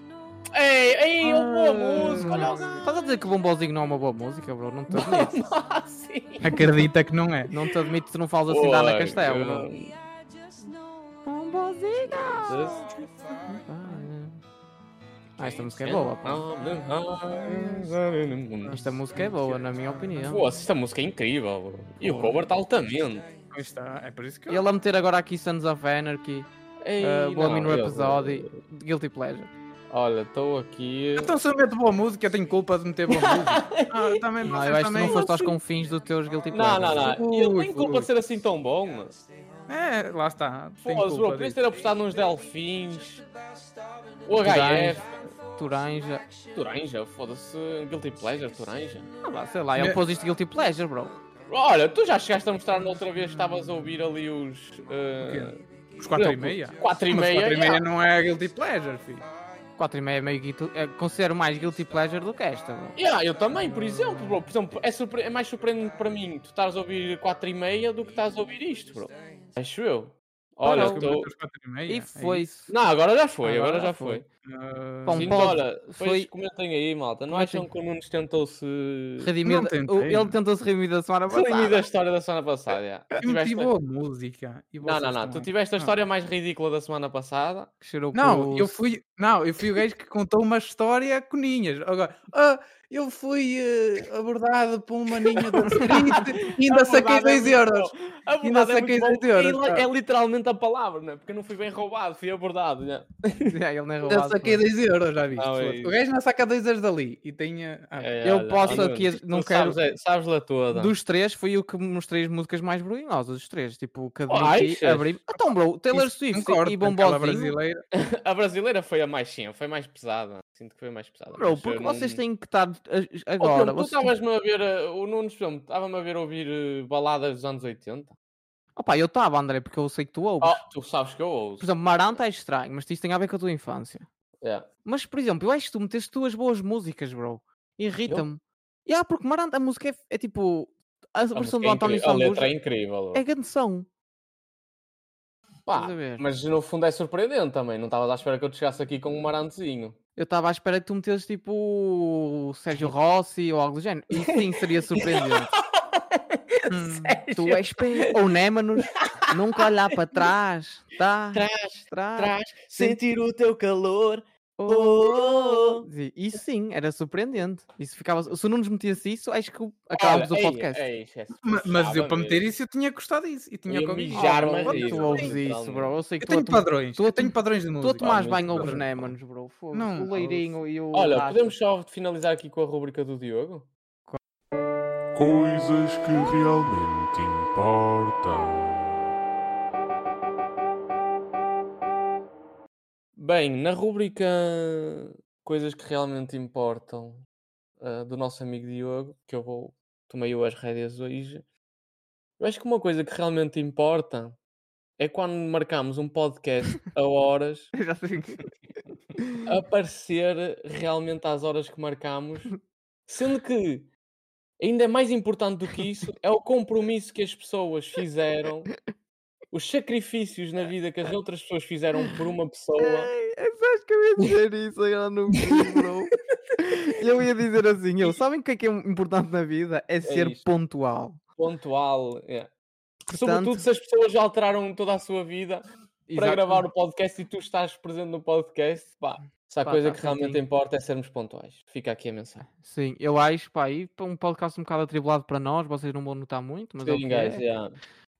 Ei, ei, uma boa música. Olha o
Estás a dizer que o Bombozinho não é uma boa música, bro? Não te admito.
(laughs) gato assim.
Acredita que não é.
não te admito que tu não falas assim da Ana Castelo, bro. Ah, esta música é boa, pá.
Ah,
Esta música é boa, na minha opinião.
Nossa, esta música é incrível, bro. E o cover está altamente.
Aí está, é por isso que eu.
E ele a meter agora aqui Sons of Anarchy,
Ei,
uh, Bohemian
não, eu-
Rhapsody, Guilty Pleasure.
Olha, estou aqui.
Então se eu meto boa música, eu tenho culpa de meter boa música. Ah, eu também
Não,
vocês
eu acho que
também-
não foste aos confins dos teus Guilty
Não,
Pleasure.
não, não. Ele
Ui,
tem culpa de ser assim tão bom. mano.
É, lá está. Tem
Foda-se, bro.
culpa
Podias
disso.
ter apostado nos Delfins. O
Turanja,
HF.
Turanja.
Toranja, oh, foda-se. um Guilty Pleasure, Toranja.
Ah, lá, sei lá, ele
Me-
pôs isto Guilty Pleasure, bro.
Olha, tu já chegaste a mostrar-me outra vez que estavas a ouvir ali os. Uh,
Os 4 e meia.
4 e
Mas
meia.
4 e meia
yeah.
não é guilty pleasure, filho.
4 e meio é meio guilty, é, considero mais Guilty Pleasure do que esta, bro.
Yeah, eu também, por exemplo, bro. Por exemplo, é, surpre- é mais surpreendente para mim tu estás a ouvir 4 e meia do que estás a ouvir isto, bro. Acho eu. Olha,
Acho que eu
estou.
meto os 4 e meia.
E
é
foi-se.
Não, agora já foi, agora, já foi.
isso. Ah,
Bom,
Sim,
Então pode-
olha, depois
foi- assim?
comentem aí, malta. Não acham que o Nunes tentou-se
Redimir,
Não tentei.
o- ele tentou-se redimir da semana
redimir da
passada.
história da semana passada? já. Tu
eu meti
tiveste-
boa música. e
Não,
vocês
não, não. Tu
também.
tiveste a
Ah.
história mais ridícula da semana passada.
Que cheirou
Não,
pus.
eu fui, não, eu fui o gajo que contou uma história coninhas. Agora, ah, eu fui eh, abordado por um maninho do distrito e ainda saquei 2 euros.
Abordado é muito
saquei
bom.
20 euros,
E
pá.
li- É literalmente a palavra, né? Porque eu não fui bem roubado, fui abordado. né?
(laughs) É, ele não é
Ainda
roubado.
saquei
pronto.
2 euros, já viste?
Não, é
foda-se.
isso.
o gajo não saca 2 euros dali e tenha. Ah,
É,
Eu
olha,
posso
olha,
aqui-
tu
não
Sabes, é, sabes lá toda.
Dos três, foi o que mostrei as músicas mais brunhosas. Os três, tipo, cada
Oh,
um aqui
achas?
abri. Então, bro, Taylor
isso
Swift
concordo,
e
aquela
Bombozinho.
brasileira.
A brasileira foi a mais sim, foi mais pesada. Sinto que foi a mais pesada.
Bro,
mas eu
porque
não-
vocês têm que estar a- a-
Oh, Bruno,
agora.
tu
vocês-
estavas-me a ver, eh, o Nunes filme, estava-me a ver ouvir eh, baladas dos anos 80.
Opa, eu estava, André, porque eu sei que tu ouves.
Oh, tu sabes que eu
Por
ouço. É.
exemplo, Maranta é estranho, mas isto tem a ver com a tua infância.
Yeah.
Mas, por exemplo, eu acho que tu meteste tuas boas músicas, bro. Irrita-me. Ya, porque Maranta, a música é, é tipo. A
A,
versão
música
do
é
António
incrível, a letra é
Sambuja
incrível.
é grande som.
Pá,
estás a ver?
mas no fundo é surpreendente também. Não estavas à espera que eu te chegasse aqui com um marantezinho.
Eu estava à espera que tu metesses tipo.
(laughs)
Sérgio Rossi ou algo do género. E sim, seria surpreendente. Hum, tu és pé. Ou Némanos. Nunca olhar para trás. Tá? Trás, trás.
sentir o teu calor.
Oh. Sim, Isso sim, era surpreendente. Isso ficava... Se o Nunes metesse isso, acho que acabávamos o podcast.
Ma- Mas eu para meter isso eu tinha gostado disso e tinha
Ia
comigo.
mijar. já
bro,
armas
quando
isso,
tu ouves
literalmente.
Oh, isso, bro. Eu sei que
Eu
tu a
tenho
tom-
padrões,
tu a
eu tenho padrões de
tu a
música.
tomar
muito
banho ouves
bem.
Némanos, bro. Fogo.
Não,
o Leirinho e o.
Olha,
Lasca.
podemos só finalizar aqui com a rubrica do Diogo?
Coisas que realmente importam.
Bem, na rubrica Coisas que realmente importam ah, do nosso amigo Diogo, que eu vou tomei eu as rédeas hoje. Eu acho que uma coisa que realmente importa é quando marcamos um podcast a horas,
Já sei que-
aparecer realmente às horas que marcamos, sendo que ainda mais importante do que isso é o compromisso que as pessoas fizeram, os sacrifícios na vida que as outras pessoas fizeram por uma pessoa.
Ei, Sabes É que eu
(laughs)
ia dizer isso agora no fim, bro? Eu ia dizer assim, eu, sabem o que é que é importante na vida? É ser
isto.
pontual.
pontual. é.
Portanto-
Sobretudo se as pessoas já alteraram toda a sua vida para
Exato.
gravar o podcast e tu estás presente no podcast, pá, se há
Pá,
coisa
tá
que realmente
certinho.
importa é sermos pontuais. Fica aqui a mensagem.
Sim, eu acho, pá, aí para um podcast um bocado atribulado para nós, vocês não vão notar muito, mas é o
Sim,
que é.
guys, yeah.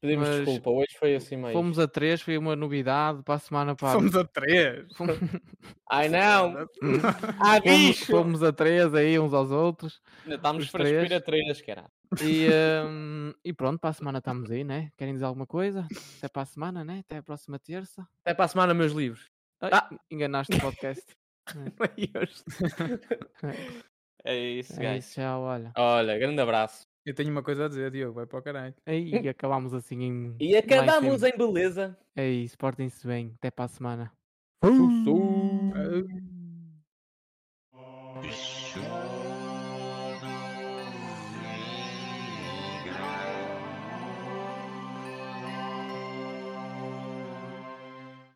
Pedimos
Mas
desculpa, hoje foi assim mais.
Fomos a três, foi uma novidade, para a semana, pá.
Somos a três.
fomos-
Ai
(laughs)
não! Ah,
Fomos,
bicho!
fomos a três aí uns aos outros
Ainda estamos
os
para escolher
três.
a três, caralho. (laughs)
e, hum, e pronto, para a semana estamos aí, né? Querem dizer alguma coisa? Até para a semana, né? Até a próxima terça.
Até É para a semana, meus livros.
Ai,
Ah!
Enganaste
(laughs)
o podcast.
É isso,
é
guys.
isso, já, olha.
Olha, grande abraço.
(laughs) Eu tenho uma coisa a dizer, Diogo, vai para o caralho.
(laughs) Aí acabámos assim em.
E acabamos
em.
em beleza.
É isso, portem-se bem. Até para a semana.
Ah,
Isso.